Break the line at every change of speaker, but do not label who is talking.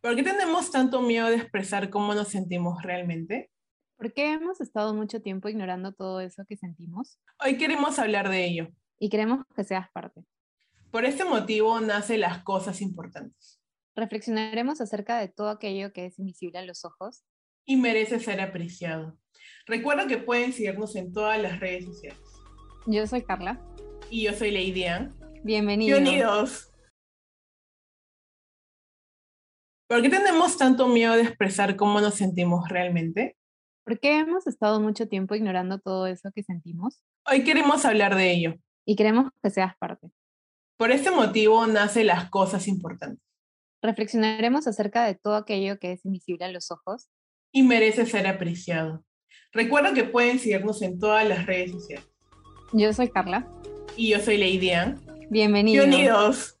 ¿Por qué tenemos tanto miedo de expresar cómo nos sentimos realmente?
¿Por qué hemos estado mucho tiempo ignorando todo eso que sentimos?
Hoy queremos hablar de ello.
Y queremos que seas parte.
Por este motivo nacen las cosas importantes.
Reflexionaremos acerca de todo aquello que es invisible a los ojos
y merece ser apreciado. Recuerda que pueden seguirnos en todas las redes sociales.
Yo soy Carla.
Y yo soy Lady Ann.
Bienvenidos.
Bienvenidos. ¿Por qué tenemos tanto miedo de expresar cómo nos sentimos realmente?
¿Por qué hemos estado mucho tiempo ignorando todo eso que sentimos?
Hoy queremos hablar de ello.
Y queremos que seas parte.
Por este motivo nacen las cosas importantes.
Reflexionaremos acerca de todo aquello que es invisible a los ojos
y merece ser apreciado. Recuerda que pueden seguirnos en todas las redes sociales.
Yo soy Carla.
Y yo soy Lady Ann.
Bienvenidos.
Bienvenidos.